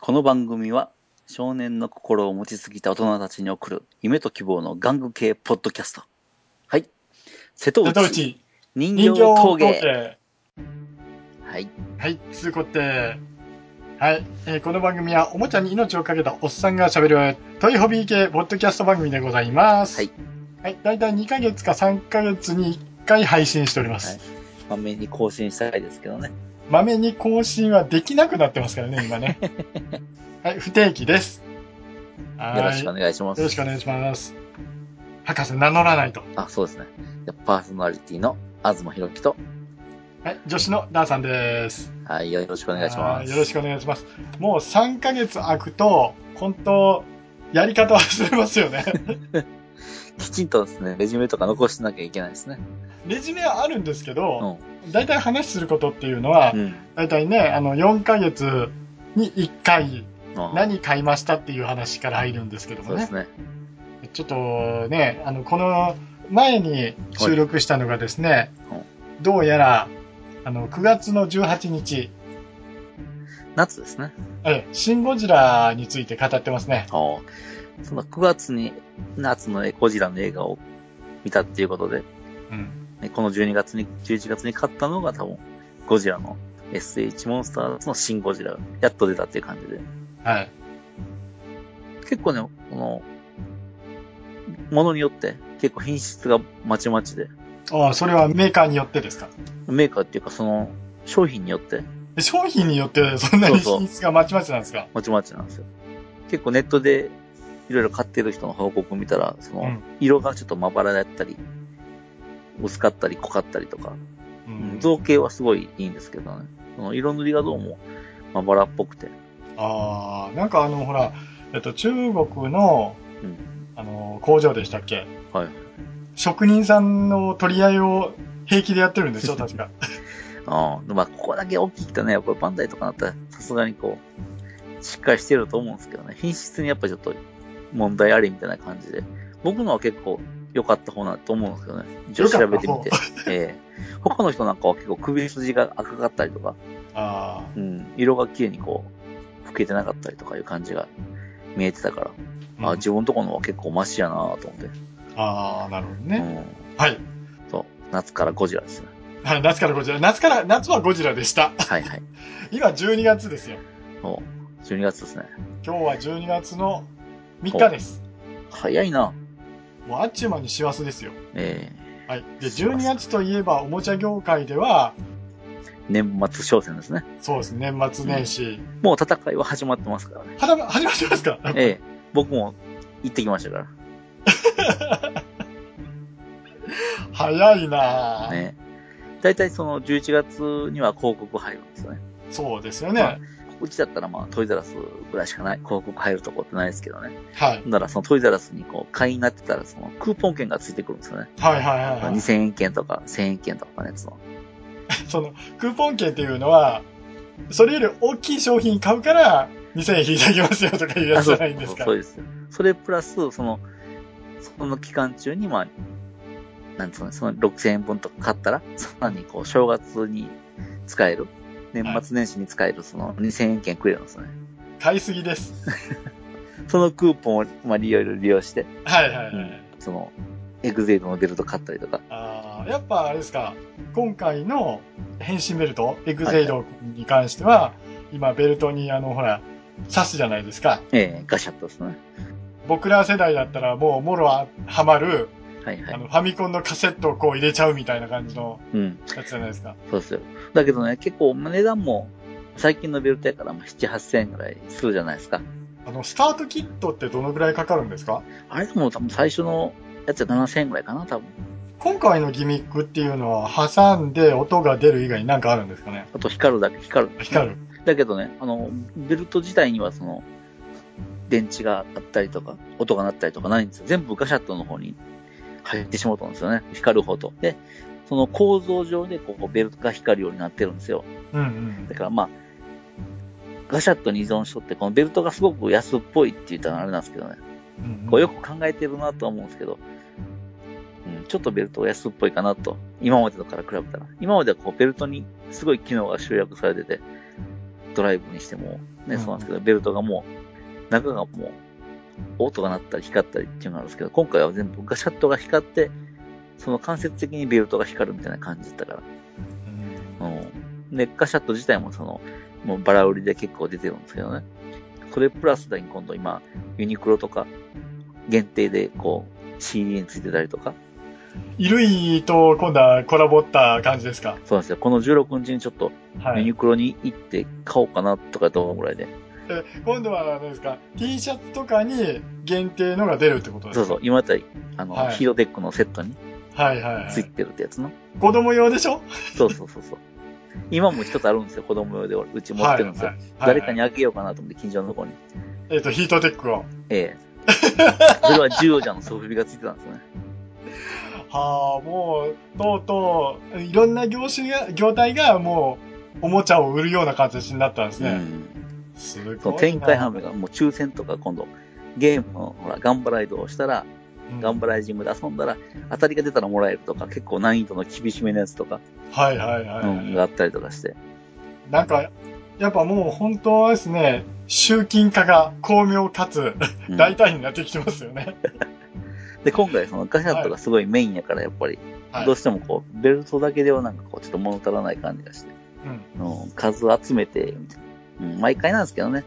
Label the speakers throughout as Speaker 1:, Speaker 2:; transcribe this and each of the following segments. Speaker 1: この番組は、少年の心を持ちすぎた大人たちに送る、夢と希望の玩具系ポッドキャスト。はい。瀬戸
Speaker 2: 瀬戸
Speaker 1: 内
Speaker 2: 内
Speaker 1: 人
Speaker 2: 人
Speaker 1: 形
Speaker 2: 形陶
Speaker 1: 陶
Speaker 2: 芸
Speaker 1: 芸。はい。
Speaker 2: はい、通行って。はい、えーこの番組はおもちゃに命をかけたおっさんが喋るトイホビー系ポッドキャスト番組でございます。
Speaker 1: はい。
Speaker 2: はい、だいたい2ヶ月か3ヶ月に1回配信しております。
Speaker 1: はいまめに更新したいですけどね。
Speaker 2: まめに更新はできなくなってますからね、今ね。はい、不定期です。はい
Speaker 1: よろしくお願いします。
Speaker 2: よろしくお願いします。博士名乗らないと。
Speaker 1: あ、そうですね。でパーソナリティの東博樹と、
Speaker 2: はい、女子のダーさんです。
Speaker 1: はい、よろしくお願いし
Speaker 2: は
Speaker 1: ま
Speaker 2: い
Speaker 1: す。
Speaker 2: よろしくお願いします。もう3ヶ月空くと、本当やり方忘れま すよね。
Speaker 1: きちんとですね、レジュメとか残してなきゃいけないですね。
Speaker 2: レジュメはあるんですけ
Speaker 1: う
Speaker 2: ど、
Speaker 1: ん。
Speaker 2: 大体話することっていうのは
Speaker 1: う、ん。
Speaker 2: 大体ね、あの、4ヶ月に1回、
Speaker 1: あ
Speaker 2: 何買いましたっていう話から入るんですけど
Speaker 1: そ
Speaker 2: も
Speaker 1: うで
Speaker 2: ね
Speaker 1: す。ね。
Speaker 2: ちょっとね、あの、この前に収録したのがですね
Speaker 1: はい、
Speaker 2: どうやら、あの、9月の18日、
Speaker 1: 夏ですね。
Speaker 2: え、シンゴジラについて語ってますね。
Speaker 1: ああ。その9月に夏のエコジラの映画を見たっていうことで、
Speaker 2: うん。
Speaker 1: ねこの12月に、11月に買ったのが多分、ゴジラの SH モンスターズの新ゴジラがやっと出たっていう感じで。
Speaker 2: はい。
Speaker 1: 結構ね、この、ものによって結構品質がまちまちで、
Speaker 2: ああ、それはメーカーによってですか
Speaker 1: メーカーっていうかその商品によって
Speaker 2: え商品によってそんな
Speaker 1: そ
Speaker 2: に
Speaker 1: うそう
Speaker 2: 品質がまちまちなんですか
Speaker 1: まちまちなんですよ。結構ネットでいろいろ買ってる人の報告見たら、その、
Speaker 2: うん
Speaker 1: 色がちょっとまばらだったり、薄かったり濃かったりとか、
Speaker 2: う
Speaker 1: 造形はすごいいいんですけどね。その色塗りがどうもまばらっぽくて。
Speaker 2: ああ、なんかあの、ほら、えっと、中国の、
Speaker 1: うん。
Speaker 2: あの、工場でしたっけ
Speaker 1: はい。
Speaker 2: 職人さんの取り合いを平気でやってるんで しょ、確か。
Speaker 1: ああ、でまあ、ここだけ大きくてね、やっぱりバンダイとかなったら、さすがにこう、しっかりしてると思うんですけどね。品質にやっぱちょっと問題ありみたいな感じで。僕のは結構良かった方なと思うんですけどね。一応調べてみて
Speaker 2: 良。
Speaker 1: ええ他の人なんかは結構首筋が赤かったりとか、
Speaker 2: あ
Speaker 1: うん、色が綺麗にこう、老けてなかったりとかいう感じが見えてたから、
Speaker 2: ー
Speaker 1: あ
Speaker 2: うん
Speaker 1: 自分とこのは結構マシやなと思って。
Speaker 2: あー、なるほど
Speaker 1: う
Speaker 2: ね。
Speaker 1: ん。
Speaker 2: はい。
Speaker 1: そう。夏からゴジラですね。
Speaker 2: はい、夏からゴジラ。夏から、夏はゴジラでした。
Speaker 1: はいはい。
Speaker 2: 今12月ですよ。
Speaker 1: そう。12月ですね。
Speaker 2: 今日は12月の3日です。
Speaker 1: 早いな。
Speaker 2: もうあっちゅう間に師走ですよ。
Speaker 1: ええ
Speaker 2: はい。で、12月といえばおもちゃ業界では、
Speaker 1: 年末商戦ですね。
Speaker 2: そうですね、年末年始。
Speaker 1: もう戦いは始まってますからね。
Speaker 2: はだ始まってますか
Speaker 1: ええ僕も行ってきましたか
Speaker 2: 早いな
Speaker 1: ら。
Speaker 2: ぁ、
Speaker 1: ね。大体その11月には広告入るんですよね。
Speaker 2: そうですよね。
Speaker 1: うちだったらまあトイザラスぐらいしかない、広告入るとこってないですけどね。
Speaker 2: はい。
Speaker 1: ならそのトイザラスにこう会員になってたらそのクーポン券がついてくるんですよね。
Speaker 2: はいはいはいはい。
Speaker 1: 2000円券とか1000円券とかのやつの。
Speaker 2: その、クーポン券っていうのは、それより大きい商品買うから、2000円引いてあげますよとかいうやつじゃないんです
Speaker 1: あ
Speaker 2: か
Speaker 1: そう。そうそうそうですよ。それプラス、その、その期間中に、まあ、なんつうの、その6000円分とか買ったら、さらにこう、正月に使える、年末年始に使える、その2000円券くれるんですよね。
Speaker 2: 買いすぎです。
Speaker 1: そのクーポンを、まあ、利用、利用して、
Speaker 2: はいはいはい。
Speaker 1: うんその、エグゼイドのベルト買ったりとか、
Speaker 2: あーやっぱあれですか、今回の変身ベルト、エグゼイドに関しては、今ベルトにあの、ほら、刺すじゃないですか。
Speaker 1: ええガシャッとですね。
Speaker 2: 僕ら世代だったらもう、もろは、はまる、
Speaker 1: はいは
Speaker 2: あ
Speaker 1: い。
Speaker 2: の、ファミコンのカセットをこう入れちゃうみたいな感じの
Speaker 1: うん、
Speaker 2: やつじゃないですか。
Speaker 1: そうですよ。だけどね、結構値段も、最近のベルトやから、まあ、7、8000円ぐらいするじゃないですか。
Speaker 2: あの、スタートキットってどのぐらいかかるんですか
Speaker 1: あれでも多分最初のやつは7000円ぐらいかな、多分。
Speaker 2: 今回のギミックっていうのは、挟んで音が出る以外に何かあるんですかね
Speaker 1: あと光るだけ光る。
Speaker 2: 光る。
Speaker 1: だけどね、あの、ベルト自体にはその、電池があったりとか、音が鳴ったりとかないんですよ。全部ガシャットの方に入ってしまうとんですよね。光る方と。で、その構造上でこうベルトが光るようになってるんですよ。
Speaker 2: うんうん。
Speaker 1: だからまあ、ガシャットに依存しとって、このベルトがすごく安っぽいって言ったらあれなんですけどね。
Speaker 2: うんうん
Speaker 1: こうよく考えてるなとは思うんですけど、うん、ちょっとベルトが安っぽいかなと、今までのから比べたら。今まではこうベルトにすごい機能が集約されてて、ドライブにしても、ね、
Speaker 2: うん
Speaker 1: そうなんですけど、ベルトがもう、中がもう、音が鳴ったり光ったりっていうのがあるんですけど、今回は全部ガシャッとが光って、その間接的にベルトが光るみたいな感じだったから。うん。で、ガシャット自体もその、もうバラ売りで結構出てるんですけどね。それプラスだに今度今、ユニクロとか、限定でこう、CD についてたりとか。
Speaker 2: 衣類と今度はコラボった感じですか
Speaker 1: そうなんですよ。この16日にちょっと
Speaker 2: は
Speaker 1: ユ
Speaker 2: い
Speaker 1: ニ。クロに行って買おうかなとか動画ぐらいで。
Speaker 2: え今度は何ですか ?T シャツとかに限定のが出るってことで
Speaker 1: そ
Speaker 2: す
Speaker 1: うそ
Speaker 2: か
Speaker 1: う、今あたり、あの、
Speaker 2: はい
Speaker 1: ヒートテックのセットに
Speaker 2: はいはいは
Speaker 1: つい
Speaker 2: い。
Speaker 1: てるってやつの。
Speaker 2: 子供用でしょ
Speaker 1: そうそうそうそう。今も一つあるんですよ、子供用で俺うち持ってるんですよ。
Speaker 2: はいはいはい
Speaker 1: 誰かにあげようかなと思って、近所の子に。
Speaker 2: えっ、と、ヒートテックを。
Speaker 1: ええ。 それは十王ちゃんのソフビがついてたんですよね。
Speaker 2: はあ、もう、とうとう、いろんな業種が、業態がもう、おもちゃを売るような形になったんです
Speaker 1: う
Speaker 2: ね。
Speaker 1: ん。
Speaker 2: すごいな。
Speaker 1: その展開判明がもう抽選とか今度、ゲームのほら、ガンバライドをしたら、
Speaker 2: うん
Speaker 1: ガンバライジングで遊んだら、当たりが出たらもらえるとか、結構難易度の厳しめのやつとか、
Speaker 2: はいはいはい、
Speaker 1: うん、があったりとかして。
Speaker 2: なんか、やっぱもう本当ですね、集金化が巧妙かつ
Speaker 1: うん
Speaker 2: 大胆になってきてますよね。
Speaker 1: で、今回そのガシャットがすごいメインやから、やっぱり、
Speaker 2: はい
Speaker 1: どうしてもこう、ベルトだけではなんかこう、ちょっと物足らない感じがして、
Speaker 2: うん
Speaker 1: うん、数集めて、みたいな。うん、毎回なんですけどね。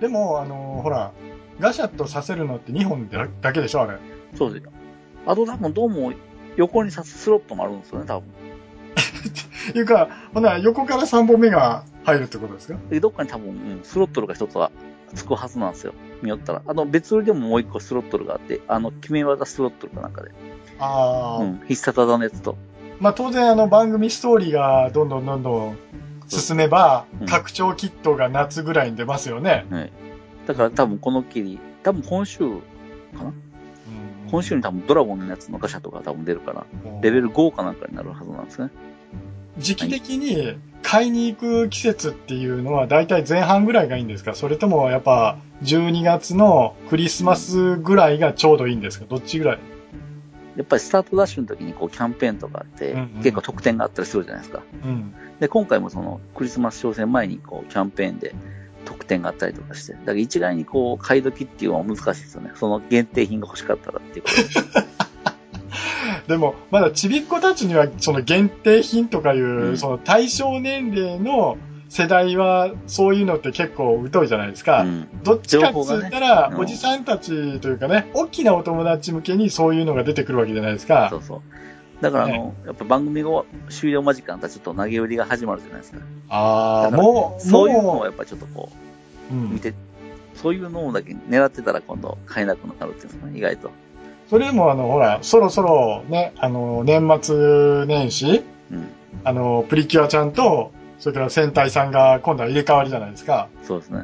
Speaker 2: でも、あのーほら、ガシャッとさせるのって2本だだけでしょ、あれ。
Speaker 1: そうですよ。あと多分どうも、横に刺すスロットもあるんですよね、多分。
Speaker 2: いうか、ほな、横から3本目が入るってことですか
Speaker 1: で、どっかに多分、うんスロットルが一つはつくはずなんですよ。見よったら。あの、別売りでももう一個スロットルがあって、あの、決め技スロットルかなんかで。
Speaker 2: ああ、
Speaker 1: うん。必殺技のやつと。
Speaker 2: まあ当然あの番組ストーリーがどんどんどんどん進めば、
Speaker 1: うん
Speaker 2: 拡張キットが夏ぐらいに出ますよね。
Speaker 1: はい。だから多分このきり、多分今週、今週に多分ドラゴンのやつのガシャとか多分出るから、レベ
Speaker 2: ル。
Speaker 1: ル5かなんかになるはずなんですね。
Speaker 2: 時期的に買いに行く季節っていうのは大体前半ぐらいがいいんですかそれともやっぱ12月のクリスマスぐらいがちょうどいいんですかどっちぐらい
Speaker 1: やっぱりスタートダッシュの時にこうキャンペーンとかあって
Speaker 2: うんうん、
Speaker 1: 結構特典があったりするじゃないですか。
Speaker 2: うん。
Speaker 1: で、今回もそのクリスマス商戦前にこうキャンペーンで特典があったりとかして、だから一概にこう買い時っていうのは難しいですよね。その限定品が欲しかったらっていうことで。
Speaker 2: でも、まだちびっ子たちには、その限定品とかいう、
Speaker 1: ん
Speaker 2: その対象年齢の世代は、そういうのって結構疎いじゃないですか。
Speaker 1: うん
Speaker 2: どっちかっつった
Speaker 1: 情報が
Speaker 2: ら、
Speaker 1: ねうん
Speaker 2: おじさんたちというかね、大きなお友達向けにそういうのが出てくるわけじゃないですか
Speaker 1: そ。うそう。だからあの、やっぱ番組が終了間近だったらちょっと投げ売りが始まるじゃないですか。
Speaker 2: あ
Speaker 1: だ
Speaker 2: あ、
Speaker 1: から
Speaker 2: もう、
Speaker 1: そういうのを
Speaker 2: も
Speaker 1: やっぱちょっとこ
Speaker 2: う、う
Speaker 1: う、見
Speaker 2: ん、
Speaker 1: て、そういうのをだけ狙ってたら今度買えなくなるっていうんですかね、意外と。
Speaker 2: それもあの、ほら、そろそろね、あの、年末年始、
Speaker 1: うん。
Speaker 2: あの、プリキュアちゃんと、それから戦隊さんが今度は入れ替わりじゃないですか。
Speaker 1: そうですね。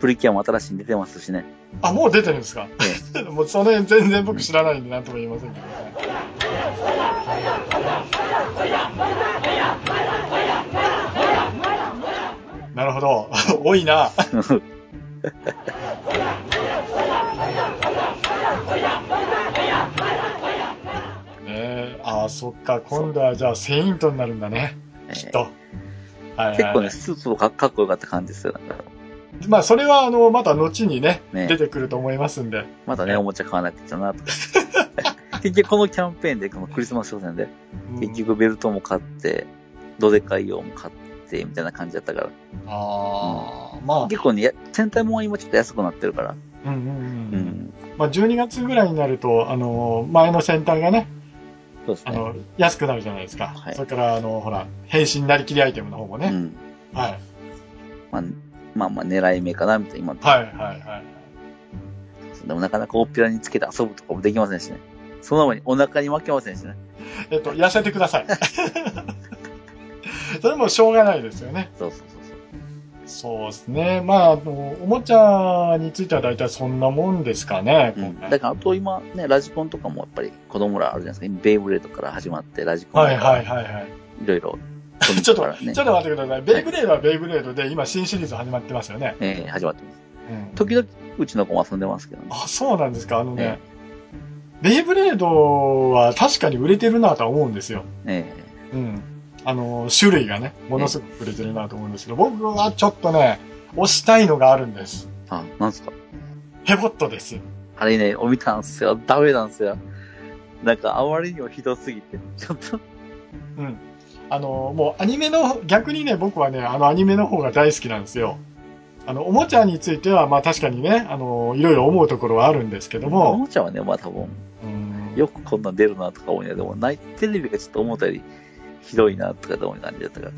Speaker 1: プリキュアも新しいに出てますしね。
Speaker 2: あ、もう出てるんですか もうその辺全然僕知らないんで何とも言えませんけどね。なるほど。 多いな。 ねえ、ああ、そっか。今度はじゃあ、セイントになるんだね。
Speaker 1: えー
Speaker 2: きっと。はいはい
Speaker 1: 結構ね、スーツもかかっこよかった感じですよ。だから
Speaker 2: まあ、それは、あの、また後にね、
Speaker 1: ね
Speaker 2: 出てくると思いますんで。
Speaker 1: まだね、おもちゃ買わなくちゃなとか。 結局このキャンペーンで、このクリスマス商戦で、
Speaker 2: うん
Speaker 1: 結局ベルトも買って、どでかい用も買って、みたいな感じだったから。
Speaker 2: ああ、まあ、
Speaker 1: 結構ね、や戦隊もんは今ちょっと安くなってるから。
Speaker 2: うんうんうん。
Speaker 1: うん。
Speaker 2: まあ、12月ぐらいになると、あの、前の先端がね、
Speaker 1: そうです
Speaker 2: あ
Speaker 1: ね。
Speaker 2: の、安くなるじゃないですか。
Speaker 1: はい
Speaker 2: それから、あの、ほら、変身なりきりアイテムの方も
Speaker 1: う
Speaker 2: ね。
Speaker 1: ん。
Speaker 2: はい。
Speaker 1: まあ、まあまあ狙い目かな、みたいな。今、
Speaker 2: はい、はい、はい。
Speaker 1: でもなかなか大っぴらにつけて遊ぶとかもできませんしね。その前にお腹に負けませんしね。
Speaker 2: えっと、痩せてください。 それもしょうがないですよね。
Speaker 1: そうそうそうそう。
Speaker 2: そうですね。まあ、あの、おもちゃについては大体そんなもんですかね。
Speaker 1: う
Speaker 2: 今
Speaker 1: ん、
Speaker 2: 回
Speaker 1: だから、あと今ね、ラジコンとかもやっぱり子供らあるじゃないですか。ベイブレードから始まって、ラジコン
Speaker 2: は
Speaker 1: と
Speaker 2: い、はい、
Speaker 1: か、
Speaker 2: はい、はい。
Speaker 1: いろいろ、
Speaker 2: ちょっと、
Speaker 1: からね
Speaker 2: ちょっと待ってください。ベイブレードはベイブレードで、今新シリーズ始まってますよね。
Speaker 1: ええ始まってます。
Speaker 2: うん
Speaker 1: 時々、うちの子も遊んでますけどね。
Speaker 2: あ、そうなんですか。あのね
Speaker 1: え、
Speaker 2: ベイブレードは確かに売れてるなとは思うんですよ。
Speaker 1: ええ
Speaker 2: うん。あの、種類がね、ものすごく触れてるなと思うんですけど、僕はちょっとね、押したいのがあるんです。
Speaker 1: あ、なんすか
Speaker 2: ヘボットです。
Speaker 1: あれね、お見たんすよ。ダメなんすよ。なんか、あまりにもひどすぎて、ちょっと、
Speaker 2: うん。あの、もうアニメの、逆にね、僕はね、あのアニメの方が大好きなんですよ。あの、おもちゃについては、まあ確かにね、あの、いろいろ思うところはあるんですけど
Speaker 1: お
Speaker 2: も、
Speaker 1: もちゃはね、まあ多分、
Speaker 2: うん
Speaker 1: よくこんなん出るなとか思いながら、でもない、テレビがちょっと思ったよりひどいなとかって思う感じだったから。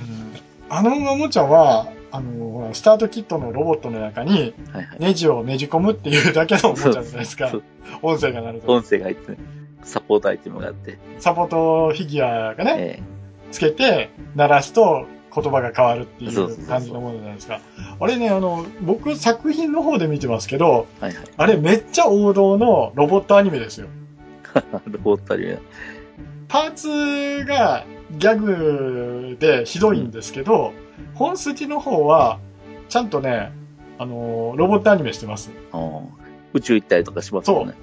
Speaker 2: あのおもちゃは、あの、ほらスタートキットのロボットの中に、
Speaker 1: はいはい。
Speaker 2: ネジをねじ込むっていうだけのおもちゃじゃないですか
Speaker 1: そう。
Speaker 2: 音声が鳴ると。
Speaker 1: 音声が入ってね、サポートアイテムがあって、
Speaker 2: サポートフィギュアがね、
Speaker 1: え
Speaker 2: つけて、鳴らすと言葉が変わるってい
Speaker 1: そうそうそうそう
Speaker 2: う感じのものじゃないですか。あれね、あの、僕作品の方で見てますけど、
Speaker 1: えはい はい。
Speaker 2: あれめっちゃ王道のロボットアニメですよ。
Speaker 1: ロボットアニメ。
Speaker 2: パーツがギャグでひどいんですけど、本筋の方は、ちゃんとね、あの、ロボットアニメしてます。
Speaker 1: うん宇宙行ったりとかしますもんね。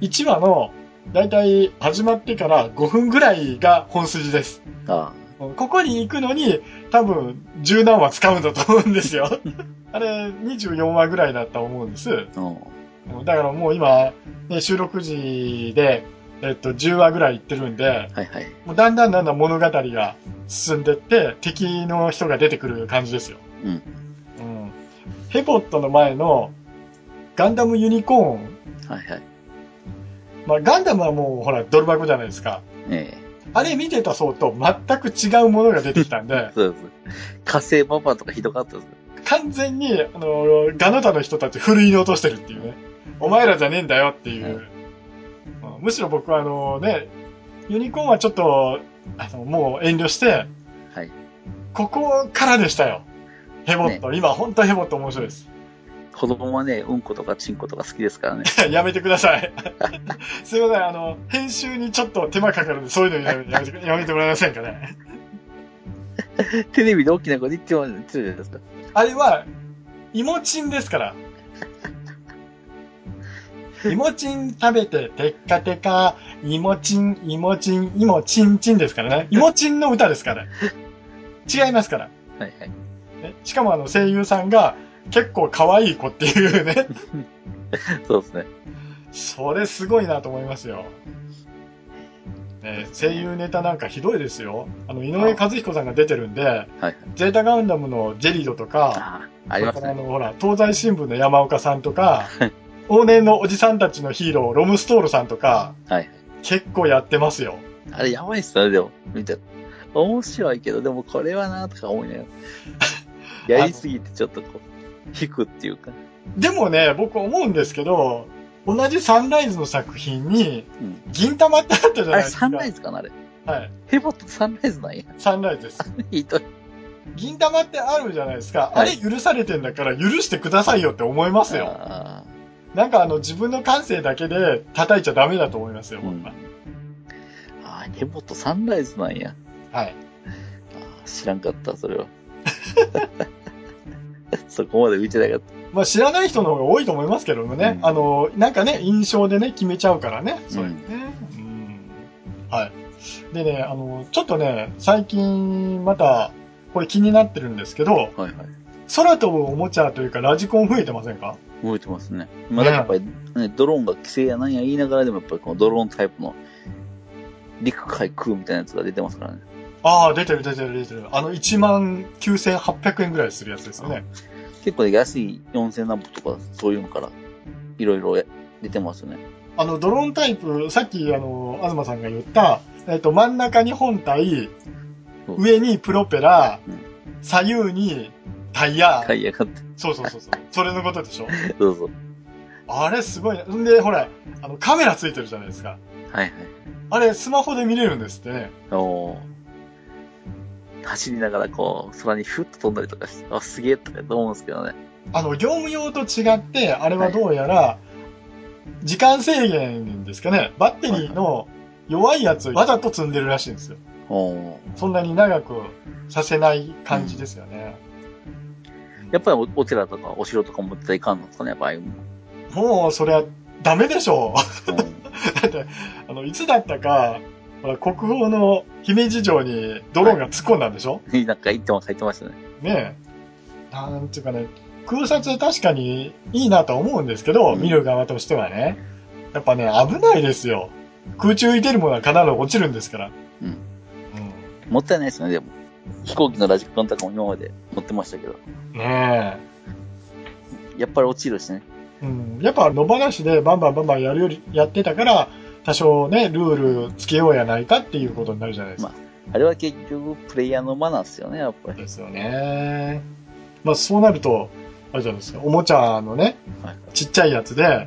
Speaker 2: 1話の、だいたい始まってから5分ぐらいが本筋です。
Speaker 1: あ
Speaker 2: ここに行くのに、多分、十何話使うんだと思うんですよ。あれ、24話ぐらいだったと思うんです。
Speaker 1: あ、うん。
Speaker 2: だからもう今、ね、収録時で、えっと、10話ぐらい行ってるんで、
Speaker 1: はいはい。
Speaker 2: もうだんだんだんだん物語が進んでって、敵の人が出てくる感じですよ。
Speaker 1: うん
Speaker 2: うんヘボットの前の、ガンダムユニコーン。
Speaker 1: はいはい。
Speaker 2: まあ、ガンダムはもう、ほら、ドル箱じゃないですか。
Speaker 1: え
Speaker 2: あれ見てた層と全く違うものが出てきたんで
Speaker 1: え、そうです。火星パパとかひどかったです。
Speaker 2: 完全に、あの、ガノタの人たち、ふるいに落としてるっていうね。お前らじゃねえんだよっていう。うんむしろ僕は、あのね、ユニコーンはちょっと、あの、もう遠慮して、
Speaker 1: はい。
Speaker 2: ここからでしたよ。ヘボット。今、本当ヘボット面白いです。
Speaker 1: 子供はね、うんことかちんことか好きですからね。
Speaker 2: やめてください。 すいません、あの、編集にちょっと手間かかるんで、そういうのやめやめてやめてもらえませんかね。
Speaker 1: テレビで大きな声で言ってもらってるじゃないですか。
Speaker 2: あれは、イモチンですから。イモチン食べて、テッカテカ、イモチン、イモチン、イモチンチンですからね。イモチンの歌ですから。違いますから。
Speaker 1: はいはい。
Speaker 2: ねしかもあの声優さんが結構可愛い子っていうね。
Speaker 1: そうですね。
Speaker 2: それすごいなと思いますよ。ね、声優ネタなんかひどいですよ。あの、井上和彦さんが出てるんで、
Speaker 1: はい
Speaker 2: ゼータガンダムのジェリドとか、
Speaker 1: ああ、ありま
Speaker 2: そ
Speaker 1: す
Speaker 2: れから
Speaker 1: ね。
Speaker 2: あの、ほら、東西新聞の山岡さん とか、往年のおじさんたちのヒーロー、ロムストールさんとか、
Speaker 1: はいはい。
Speaker 2: 結構やってますよ。
Speaker 1: あれやばいっすよね、でも。見て。面白いけど、でもこれはなとか思いなが ら。やりすぎてちょっとこう、引くっていうか。
Speaker 2: でもね、僕思うんですけど、同じサンライズの作品に、
Speaker 1: うん。
Speaker 2: 銀玉ってあったじゃ
Speaker 1: あ
Speaker 2: ない
Speaker 1: れ
Speaker 2: ですか。
Speaker 1: サンライズかな、あれ。
Speaker 2: はい。
Speaker 1: ヘボットサンライズなんや。
Speaker 2: サンライズです。
Speaker 1: ひどい。
Speaker 2: 銀玉ってあるじゃないですか。あ
Speaker 1: はい
Speaker 2: れ許されてんだから許してくださいよって思いますよ。
Speaker 1: あ
Speaker 2: なんかあの自分の感性だけで叩いちゃダメだと思いますよ、
Speaker 1: ーう
Speaker 2: 僕
Speaker 1: ん
Speaker 2: は。
Speaker 1: あー、ヘボットサンライズなんや。
Speaker 2: はい。
Speaker 1: あー知らんかった、それ は。そこまで見てなかっ
Speaker 2: まあ知らない人の方が多いと思いますけどもね。
Speaker 1: うん
Speaker 2: あの、なんかね、印象でね、決めちゃうからね。そうやってね。うん。はい。でね、あの、ちょっとね、最近また、これ気になってるんですけど、
Speaker 1: た。はいはい。
Speaker 2: 空飛ぶおもちゃというかラジコン増えてませんか
Speaker 1: 動いてますね。まあ、だからやっぱり、ね、ドローンが規制やなんや言いながらでも、やっぱりこのドローンタイプの陸海空みたいなやつが出てますからね。
Speaker 2: ああ、出てる出てる出てる。あの19,800円ぐらいするやつですよね。
Speaker 1: 結構ね安い4000何歩とか、そういうのから、いろいろ出てますよね。
Speaker 2: あの、ドローンタイプ、さっき、あの、東さんが言った、えっと、真ん中に本体、
Speaker 1: うん
Speaker 2: 上にプロペラ
Speaker 1: うん、
Speaker 2: 左右にタイヤ
Speaker 1: タ、イヤ買って。
Speaker 2: そうそうそうそう、それのことでしょ。
Speaker 1: どうぞ。
Speaker 2: あれすごいね。んで、ほら、あの、カメラついてるじゃないですか。
Speaker 1: はいはい。
Speaker 2: あれ、スマホで見れるんですってね。
Speaker 1: おー走りながらこう、空にふっと飛んだりとかして、あ、すげえとかと思うんですけどね。
Speaker 2: あの、業務用と違って、あれはどうやら、時間制限ですかね。バッテリーの弱いやつをわざと積んでるらしいんですよ。
Speaker 1: おー
Speaker 2: そんなに長くさせない感じですよね。
Speaker 1: やっぱりおお寺とかお城とか持ってたらいかんのですかね、やっぱああいうの。
Speaker 2: もう、それはダメでしょう。
Speaker 1: うん
Speaker 2: だって、あの、いつだったか、ほら国宝の姫路城にドローンが突っ込んだんでしょ、
Speaker 1: なん か言っても書いてましたね。
Speaker 2: ねえ。なんていうかね、空撮は確かにいいなとは思うんですけど、
Speaker 1: うん
Speaker 2: 見る側としてはね。やっぱね、危ないですよ。空中浮いてるものは必ず落ちるんですから。
Speaker 1: うん
Speaker 2: う
Speaker 1: もったいないですよね、でも。飛行機のラジコンとかも今まで持ってましたけど。
Speaker 2: ん。ね
Speaker 1: やっぱり落ちるしね。
Speaker 2: え。うん。やっぱ野放しでバンバンバンバンやるより、やってたから、多少ね、ルールつけようやないかっていうことになるじゃないですか。
Speaker 1: あれは結局、プレイヤーのマナーですよね、やっぱり。
Speaker 2: ですよね。まあそうなると、あれじゃないですか、おもちゃのね、
Speaker 1: はい
Speaker 2: ちっちゃいやつで、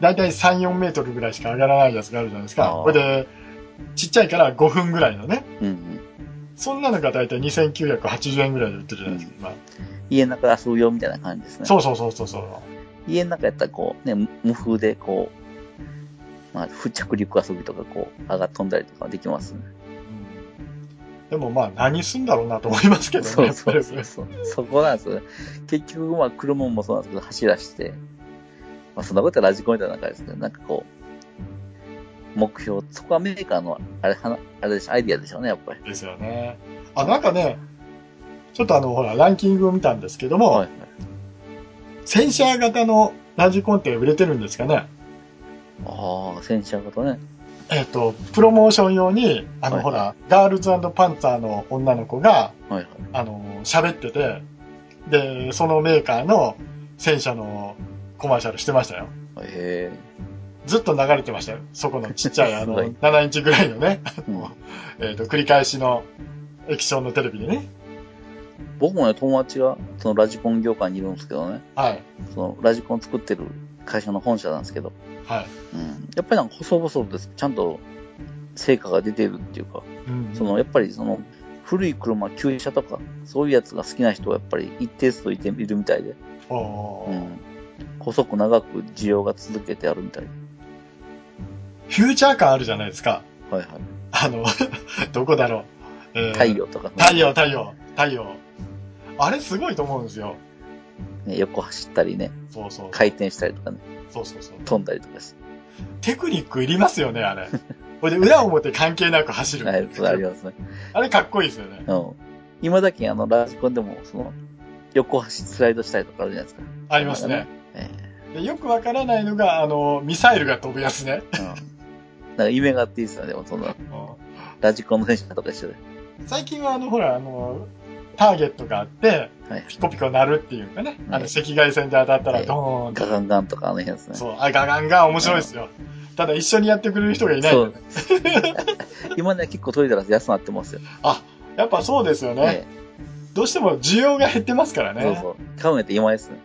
Speaker 2: だいたい3、4メートルぐらいしか上がらないやつがあるじゃないですか
Speaker 1: あ。ー
Speaker 2: これで、ちっちゃいから5分ぐらいのね。
Speaker 1: うんうん。
Speaker 2: そんなのがだいたい2980円ぐらいで売ってるじゃないですか。今
Speaker 1: 家の中で遊ぶよみたいな感じですね。
Speaker 2: そうそうそうそうそう。
Speaker 1: 家の中やったらこう、ね、無無風でこう、まあ、不着陸遊びとかこう、上が飛んだりとかできますね。
Speaker 2: うんでもまあ何すんだろうなと思いますけどね、
Speaker 1: そう
Speaker 2: やっぱ
Speaker 1: そう
Speaker 2: り
Speaker 1: そうそう。そこなんですよね。結局、まあ、車もそうなんですけど、走らして、まあ、そんなことはラジコンみたいな感じですけど、なんかこう、目標、そこはメーカーの、あれ、はなあれでしょアイディアでしょうね、やっぱり。
Speaker 2: ですよね。あ、なんかね、ちょっとあの、ほら、ランキングを見たんですけども、
Speaker 1: はい。
Speaker 2: 戦車型のラジコンって売れてるんですかね
Speaker 1: ああ、戦車ごとね。
Speaker 2: えっ、と、プロモーション用に、あの、
Speaker 1: はい
Speaker 2: ほら、ガールズパンツァーの女の子が、
Speaker 1: はいはい。
Speaker 2: あの、喋ってて、で、そのメーカーの戦車のコマーシャルしてましたよ。
Speaker 1: へ
Speaker 2: ずっと流れてましたよ。そこのちっちゃい、あの、
Speaker 1: はい
Speaker 2: 7インチぐらいのね、
Speaker 1: え、うん
Speaker 2: えっ、と、繰り返しの液晶のテレビでね。
Speaker 1: 僕もね、友達が、そのラジコン業界にいるんですけどね、
Speaker 2: はい。
Speaker 1: そのラジコン作ってる会社の本社なんですけど、
Speaker 2: はい。
Speaker 1: うん、やっぱりなんか細々です。ちゃんと成果が出てるっていうか、
Speaker 2: うん
Speaker 1: そのやっぱりその古い車、旧車とか、そういうやつが好きな人はやっぱり一定数いているみたいで、
Speaker 2: お
Speaker 1: う
Speaker 2: ー
Speaker 1: ん、細く長く需要が続けてあるみたいで。
Speaker 2: フューチャー感あるじゃないですか。
Speaker 1: はいはい。
Speaker 2: あの、 どこだろう。えー
Speaker 1: 太。陽とか、
Speaker 2: 太陽、太陽、太陽。あれすごいと思うんですよ。
Speaker 1: ね、横走ったりね、
Speaker 2: そうそう。
Speaker 1: 回転したりとかね、
Speaker 2: そうそうそう。
Speaker 1: 飛んだりとかして。
Speaker 2: テクニックいりますよね、あれ。これで裏表関係なく走る。
Speaker 1: はい、そうありますね。
Speaker 2: あれかっこいいですよね。
Speaker 1: うん。今だけあの、ラジコンでも、その、横走スライドしたりとかあるじゃないですか。
Speaker 2: ありますね。
Speaker 1: え
Speaker 2: でよくわからないのが、あの、ミサイルが飛ぶやつね。
Speaker 1: えうん。なんか夢があっていいですよね、でもその、ラジコンの選手とか一緒で。
Speaker 2: 最近は、あの、ほら、あの、ターゲットがあって、
Speaker 1: はい。
Speaker 2: ピコピコ鳴るっていうかね。あの、
Speaker 1: はい
Speaker 2: 赤外線で当たったらドーン
Speaker 1: ガ
Speaker 2: と。
Speaker 1: ガンガンとかあの辺ですね。
Speaker 2: そう、あ、ガガンガン面白いですよ。ただ一緒にやってくれる人がいないんでね。
Speaker 1: そう 今ね、結構トイレラス安くなってますよ。
Speaker 2: あ、やっぱそうですよね。
Speaker 1: え
Speaker 2: どうしても需要が減ってますから
Speaker 1: え
Speaker 2: ね。
Speaker 1: そうそう。カムネって今ですね。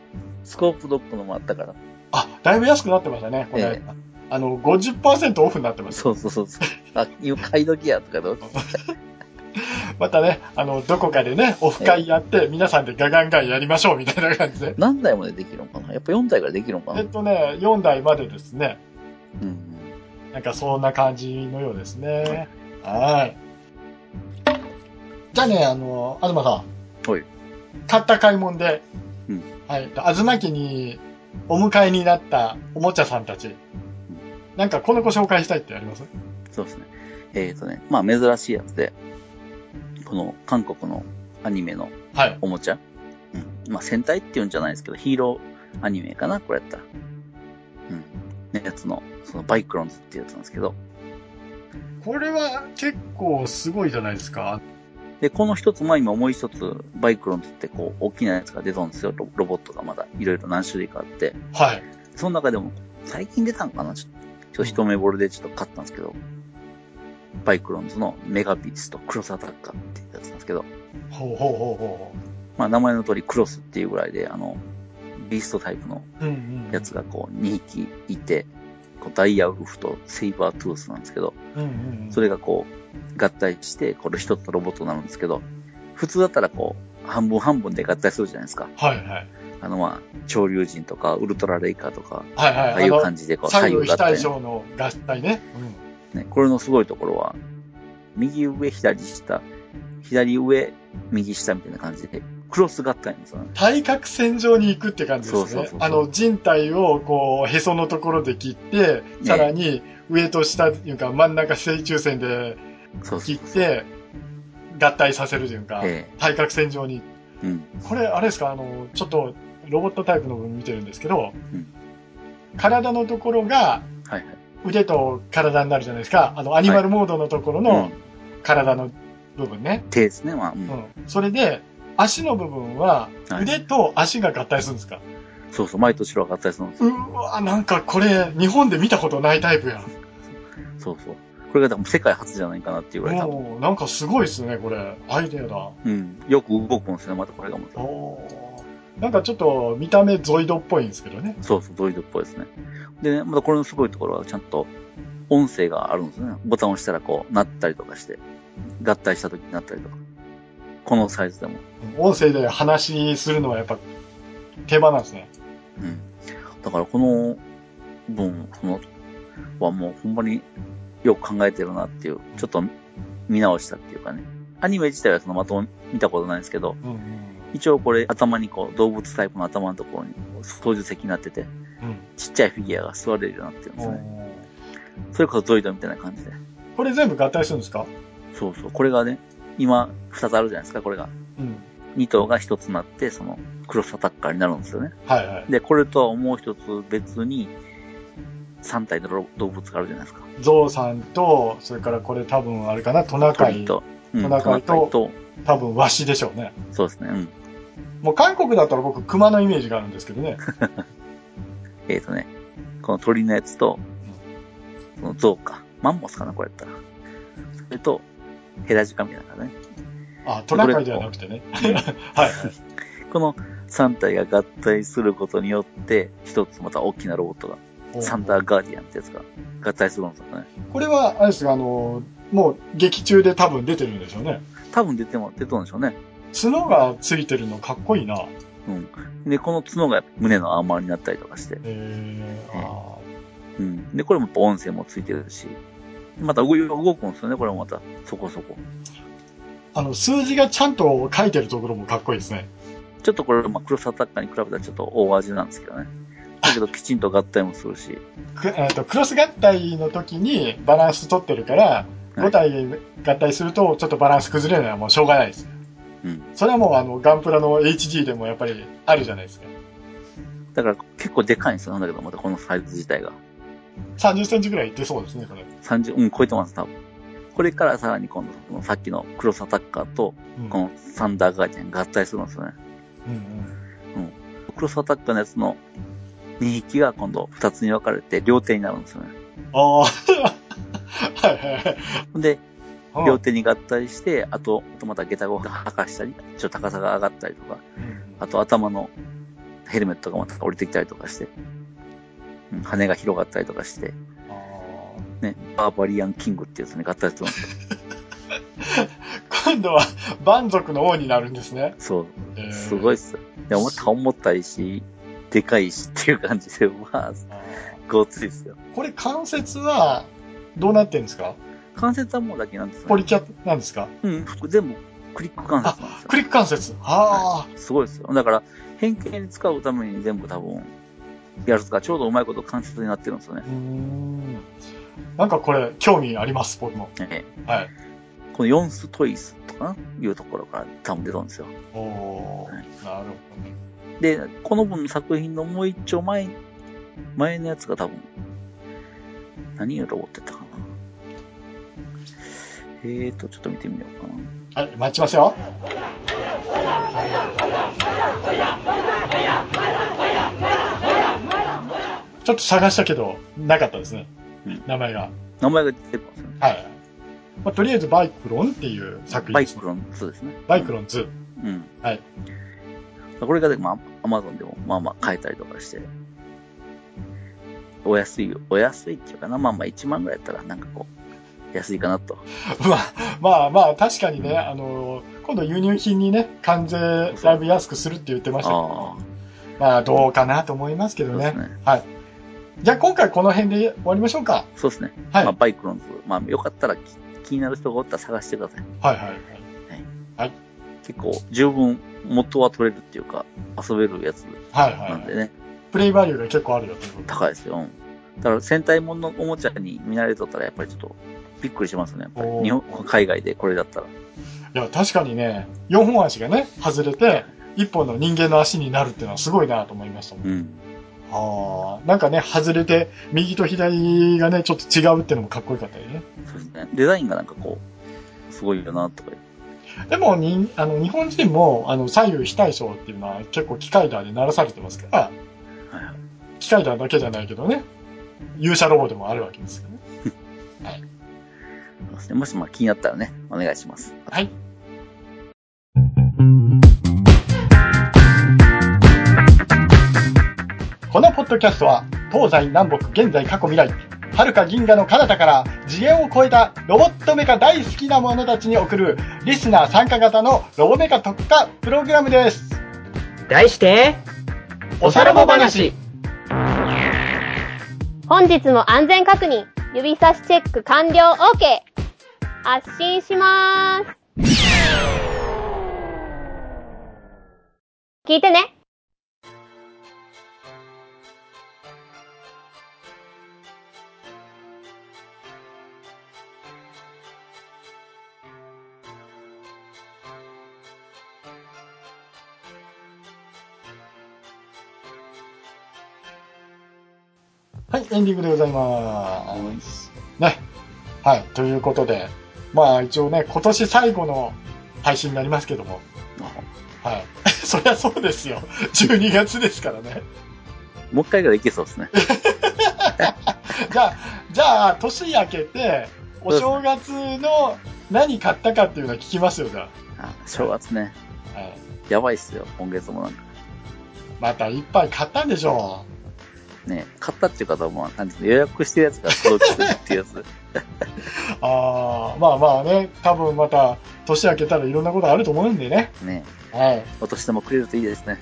Speaker 1: スコープドッグのもあったから。
Speaker 2: あ、だいぶ安くなってましたね、この間。
Speaker 1: え
Speaker 2: あの、50%オフになってます。
Speaker 1: そうそうそうそう。あ、今、カイドギアとかどう
Speaker 2: またね、あの、どこかでね、オフ会やって、皆さんでガガンガンやりましょうみたいな感じで。
Speaker 1: 何台までできるのかなやっぱ4台からできるのかな
Speaker 2: えっ
Speaker 1: う
Speaker 2: とね、4台までですね。
Speaker 1: んうん。
Speaker 2: なんかそんな感じのようですね。はい。じゃあね、あの、東さん。
Speaker 1: はい。
Speaker 2: 買った買い物で、
Speaker 1: うん
Speaker 2: はい。東家にお迎えになったおもちゃさんたち。なんかこの子紹介したいってあります
Speaker 1: そうですね。えっ、とね、まあ珍しいやつで、この韓国のアニメの
Speaker 2: はい。
Speaker 1: おもちゃ、うん、まあ戦隊っていうんじゃないですけど、ヒーローアニメかなこれやったら。うん。ね、やつの、そのバイクロンズっていうやつなんですけど、
Speaker 2: これは結構すごいじゃないですか。
Speaker 1: で、この一つ前にももう一つ、バイクロンズってこう、大きなやつが出たんですよ。ロロボットがまだいろいろ何種類かあって。
Speaker 2: はい。
Speaker 1: その中でも、最近出たんかなちょっとちょっと一目惚れでちょっと買ったんですけど、バイクロンズのメガビーストクロスアタッカーっていうやつなんですけど、
Speaker 2: ほうほうほうほ
Speaker 1: まあ名前の通りクロスっていうぐらいで、あの、ビーストタイプの
Speaker 2: う。うんうんうん。
Speaker 1: やつがこう2匹いて、こうダイヤウルフとセイバートゥースなんですけど、
Speaker 2: うんうんうん。
Speaker 1: それがこう合体して、これ一つのロボットになるんですけど、普通だったらこう、半分半分で合体するじゃないですか。
Speaker 2: はいはい。
Speaker 1: あのまあ、潮流人とか、ウルトラレイカーとか、
Speaker 2: はいはい。
Speaker 1: ああいう感じでこう、左
Speaker 2: 左右
Speaker 1: 右
Speaker 2: 非
Speaker 1: 合
Speaker 2: 対
Speaker 1: 体、
Speaker 2: 称の合体ね。
Speaker 1: ね。これのすごいところは、右上、左下、左上、右下みたいな感じで、クロス合体なんですよね。
Speaker 2: 対角線上に行くって感じですね。
Speaker 1: そうそうそうそう
Speaker 2: あの、人体をこう、へそのところで切って、さらに上と下というか真ん中正中線で
Speaker 1: そうそう
Speaker 2: 切っ
Speaker 1: そう。
Speaker 2: て、合体させるというか、
Speaker 1: え
Speaker 2: 対角線上に。
Speaker 1: えうん。
Speaker 2: これ、あれですか、あの、ちょっとロボットタイプの部分見てるんですけど、
Speaker 1: うん
Speaker 2: 体のところが
Speaker 1: はいはい。
Speaker 2: 腕と体になるじゃないですか。あの、アニマルモードのところ
Speaker 1: う
Speaker 2: の
Speaker 1: ん
Speaker 2: 体の部分ね。
Speaker 1: 手ですね、まあ。うん
Speaker 2: うん。それで、足の部分は
Speaker 1: はい
Speaker 2: 腕と足が合体するんですか、
Speaker 1: そうそう、前と後ろが合体するんですよ。
Speaker 2: うわ、なんかこれ、日本で見たことないタイプや。
Speaker 1: そうそう。これが多分世界初じゃないかなって言われた。
Speaker 2: もう、なんかすごいですね、これ。アイデアだ。
Speaker 1: うん。よく動くんですね、またこれがまた。
Speaker 2: おーなんかちょっと見た目ゾイドっぽいんですけどね。
Speaker 1: そうそう、ドイドっぽいですね。でね、またこれのすごいところはちゃんと音声があるんですね。ボタンを押したらこう、なったりとかして、合体した時になったりとか。このサイズでも。
Speaker 2: 音声で話するのはやっぱ定番なんですね。
Speaker 1: うん。だからこの分、その、はもうほんまによく考えてるなっていう、ちょっと見直したっていうかね。アニメ自体はそのまともに見たことないんですけど、
Speaker 2: うん、
Speaker 1: 一応これ頭にこう動物タイプの頭のところに操縦席になってて、ちっちゃいフィギュアが座れるようになってるんですね。それこそゾイドみたいな感じで。
Speaker 2: これ全部合体するんですか
Speaker 1: そうそう。これがね、今二つあるじゃないですか、これが。
Speaker 2: うん。
Speaker 1: 二頭が一つになって、そのクロスアタッカーになるんですよね。
Speaker 2: はいはい。
Speaker 1: で、これとはもう一つ別に、三体の動物があるじゃないですか。
Speaker 2: ゾウさんと、それからこれ多分あれかな、トナカ
Speaker 1: 鳥
Speaker 2: イ。
Speaker 1: と、うん、
Speaker 2: トナカイと
Speaker 1: トナカイ
Speaker 2: 多分ワシでしょうね。
Speaker 1: とそうですね、うん。
Speaker 2: もう韓国だったら僕、熊のイメージがあるんですけ どね。
Speaker 1: えっ、ー、とね、この鳥のやつと、その象か。マンモスかな、これやったら。それと、ヘラジカみたいな感じね。
Speaker 2: あ、トナカイではなくてね。 はい はい。
Speaker 1: この三体が合体することによって、一つまた大きなロボットが、サンダーガーディアンってやつが合体するんですよね。
Speaker 2: これは、あれですが、あの、もう劇中で多分出てるんでしょうね。
Speaker 1: 多分出ても出とんでしょうね。
Speaker 2: 角がついてるのかっこいいな。へ
Speaker 1: うん。で、この角が胸のアーマーになったりとかして。
Speaker 2: えあ
Speaker 1: うん。で、これもやっぱ音声もついてるし。また動い動くんですよね、これもまた。そこそこ。
Speaker 2: ーあの、数字がちゃんと書いてるところもかっこいいですね。
Speaker 1: ちょっとこれ、まあ、クロスアタッカーに比べたらちょっと大味なんですけどね。だけど、きちんと合体もするし。
Speaker 2: くえーとクロス合体の時にバランス取ってるから、
Speaker 1: はい
Speaker 2: 5体合体するとちょっとバランス崩れるのはもうしょうがないです。
Speaker 1: うん。
Speaker 2: それはもうあの、ガンプラの HG でもやっぱりあるじゃないですか。
Speaker 1: だから、結構でかいんですよ。なんだけど、またこのサイズ自体が。
Speaker 2: 30センチぐらい出そうですね、これ。
Speaker 1: 30、うん、超えてます、多分。これからさらに今度、このさっきのクロスアタッカーと、
Speaker 2: うん
Speaker 1: このサンダーガーディアンが合体するんですよね。
Speaker 2: うんうん
Speaker 1: クロスアタックのやつの2匹が今度2つに分かれて両手になるんですよね。
Speaker 2: ああ、はいはいはい
Speaker 1: で、
Speaker 2: うん。
Speaker 1: 両手に合体して、あと、あとまた下駄を吐かしたり、ちょっと高さが上がったりとか、
Speaker 2: うん
Speaker 1: あと頭のヘルメットがまた降りてきたりとかして、うん、羽が広がったりとかして、
Speaker 2: あー
Speaker 1: ね、バーバリアンキングっていうやつに合体するんですよ。
Speaker 2: 今度は蛮族の王になるんですね。
Speaker 1: そう。
Speaker 2: えー
Speaker 1: すごいっすよ。で、思った、思ったりし、でかいしっていう感じで、まあ、
Speaker 2: あー
Speaker 1: ごついっすよ。
Speaker 2: これ関節はどうなってるんですか
Speaker 1: 関節はもうだけなんですよ、
Speaker 2: ポ
Speaker 1: ね。
Speaker 2: リキャなんですか
Speaker 1: うん、全部クリック関節なんですよ。
Speaker 2: クリック関節。あ
Speaker 1: すごいですよ。だから、変形に使うために全部多分、やるとか、ちょうどうまいこと関節になってるんですよね
Speaker 2: あ、う。ーん。なんかこれ興味あります、僕も。
Speaker 1: ええ
Speaker 2: はい。
Speaker 1: このヨンストイスとかいうところから多分出たんですよ。
Speaker 2: お
Speaker 1: は
Speaker 2: ー
Speaker 1: い
Speaker 2: なるほ
Speaker 1: で、この分の作品のもう一丁前、前のやつが多分、何をロボットやったかな。えーと、ちょっと見てみようかな。
Speaker 2: ど。はい、待ちますよ。ちょっと探したけど、なかったですね
Speaker 1: うん。
Speaker 2: 名前が。
Speaker 1: 名前が出てこないですよね。
Speaker 2: はい。まあ、とりあえずバイクロンっていう作品
Speaker 1: バ
Speaker 2: で
Speaker 1: イ
Speaker 2: す、
Speaker 1: クロン2ですね。
Speaker 2: バイク
Speaker 1: ロ
Speaker 2: ロン2。
Speaker 1: ン。うん。
Speaker 2: はい。
Speaker 1: これがで、まあ、アマゾンでも、まあまあ、買えたりとかして、お安い、お安いっていうかな、まあまあ、1万ぐらいやったら、なんかこう、安いかなと。
Speaker 2: まあ、まあまあ、確かにね、あの、今度輸入品にね、関税だいぶ安くするって言ってましたけ
Speaker 1: あ
Speaker 2: ど、まあ、どうかなと思いますけ
Speaker 1: あ、
Speaker 2: ど
Speaker 1: そうです
Speaker 2: ね。
Speaker 1: ね。
Speaker 2: はい。じゃあ今回この辺で終わりましょうか。
Speaker 1: そうですね。
Speaker 2: は
Speaker 1: ま
Speaker 2: い。
Speaker 1: あ、
Speaker 2: はい
Speaker 1: バイクロンズ、まあ、よかったらき気になる人がおったら探してください。
Speaker 2: はいはい。
Speaker 1: 結構十分元は取れるっていうか、遊べるやつ
Speaker 2: はいはい、
Speaker 1: なんでね、
Speaker 2: プレイバリューが結構あるよということ
Speaker 1: 高いですよ。うんだから戦隊もののおもちゃに見慣れとったらやっぱりちょっとびっくりしますね。やっぱ
Speaker 2: おー
Speaker 1: り日本、海外でこれだったら。
Speaker 2: いや、確かにね、4本足がね、外れて、1本の人間の足になるっていうのはすごいなと思いましたもん。
Speaker 1: うん。
Speaker 2: あーなんかね、外れて、右と左がね、ちょっと違うっていうのもかっこよかったよね。
Speaker 1: そうですね。デザインがなんかこう、すごいよなとか。
Speaker 2: でもにあの日本人もあの左右非対称っていうのは結構機械だで鳴らされてますから、
Speaker 1: はいはい
Speaker 2: 機械だだけじゃないけどね勇者ロボでもあるわけですよね
Speaker 1: そうですね。もしまあ気になったらね、お願いします。
Speaker 2: はいこのポッドキャストは東西南北現在過去未来はるか銀河の彼方から次元を超えたロボットメカ大好きな者たちに送るリスナー参加型のロボメカ特化プログラムです
Speaker 3: 題して、
Speaker 2: おさらば話。
Speaker 4: 本日も安全確認、指差しチェック完了 OK! 発信しまーす。聞いてね。
Speaker 2: はいエンディングでございますねはいということでまあ一応ね今年最後の配信になりますけどもはい そりゃそうですよ12月ですからね
Speaker 1: もう一回ぐらいいけそうですね。
Speaker 2: じゃあ、じゃあ、年明けて、お正月の何買ったかっていうのは聞きますよ、じゃ
Speaker 1: あ正月ね。
Speaker 2: あ。はい、
Speaker 1: やばいっすよ。今月もなんか。
Speaker 2: またいっぱい買ったんでしょ
Speaker 1: ね、買ったっていう方はもう、なんていうの予約してるやつが届くっていうや つ。
Speaker 2: う。ああ、まあまあね、多分また年明けたらいろんなことあると思うんでね。
Speaker 1: ね、
Speaker 2: はい。
Speaker 1: お年玉くれるといいですね。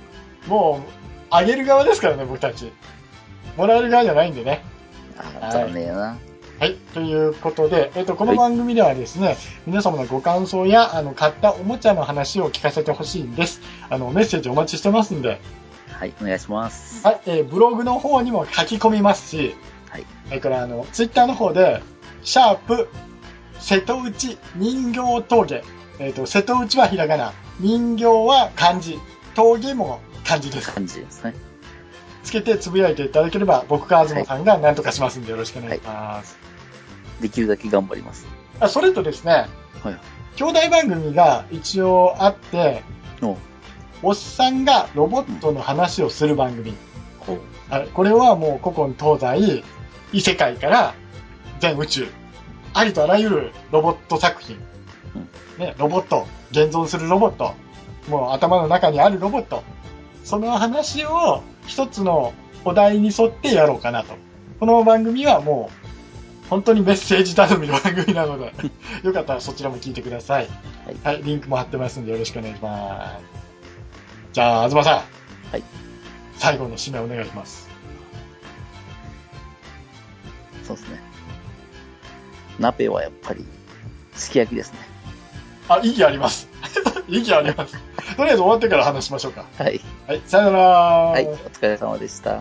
Speaker 2: もう、あげる側ですからね、僕たち。もらえる側じゃないんでね。
Speaker 1: あ、残念やな。
Speaker 2: はい。ということで、えっと、この番組ではですね、皆様のご感想や、あの、買ったおもちゃの話を聞かせてほしいんです。あの、メッセージお待ちしてますんで、
Speaker 1: はい、お願いします。
Speaker 2: はい、えーブログの方にも書き込みますし、
Speaker 1: はい。
Speaker 2: それからあの、ツイッターの方で、シャープ、瀬戸内人形峠。えっ、と、瀬戸内はひらがな、人形は漢字、峠も漢字です。
Speaker 1: 感じですね。
Speaker 2: つけてつぶやいていただければ、僕か東さんが何とかしますんで、よろしくお願いします。
Speaker 1: できるだけ頑張ります。
Speaker 2: あそれとですね、
Speaker 1: はい。
Speaker 2: 兄弟番組が一応あって、
Speaker 1: お
Speaker 2: おっさんがロボットの話をする番組。
Speaker 1: ほう。
Speaker 2: あこれはもう古今東西、異世界から全宇宙、ありとあらゆるロボット作品
Speaker 1: うん、
Speaker 2: ね、ロボット、現存するロボット、もう頭の中にあるロボット、その話を一つのお題に沿ってやろうかなと。この番組はもう、本当にメッセージ頼みの番組なので、 よかったらそちらも聞いてください。はい、リンクも貼ってますんでよろしくお願いします。じゃあ、東さん。
Speaker 1: はい。
Speaker 2: 最後の締めお願いします。
Speaker 1: そうですね。鍋はやっぱり、すき焼きですね。
Speaker 2: あ、意義あります。 意義あります。とりあえず終わってから話しましょうか。
Speaker 1: はい。
Speaker 2: はい、さよなら。
Speaker 1: はい、お疲れ様でした。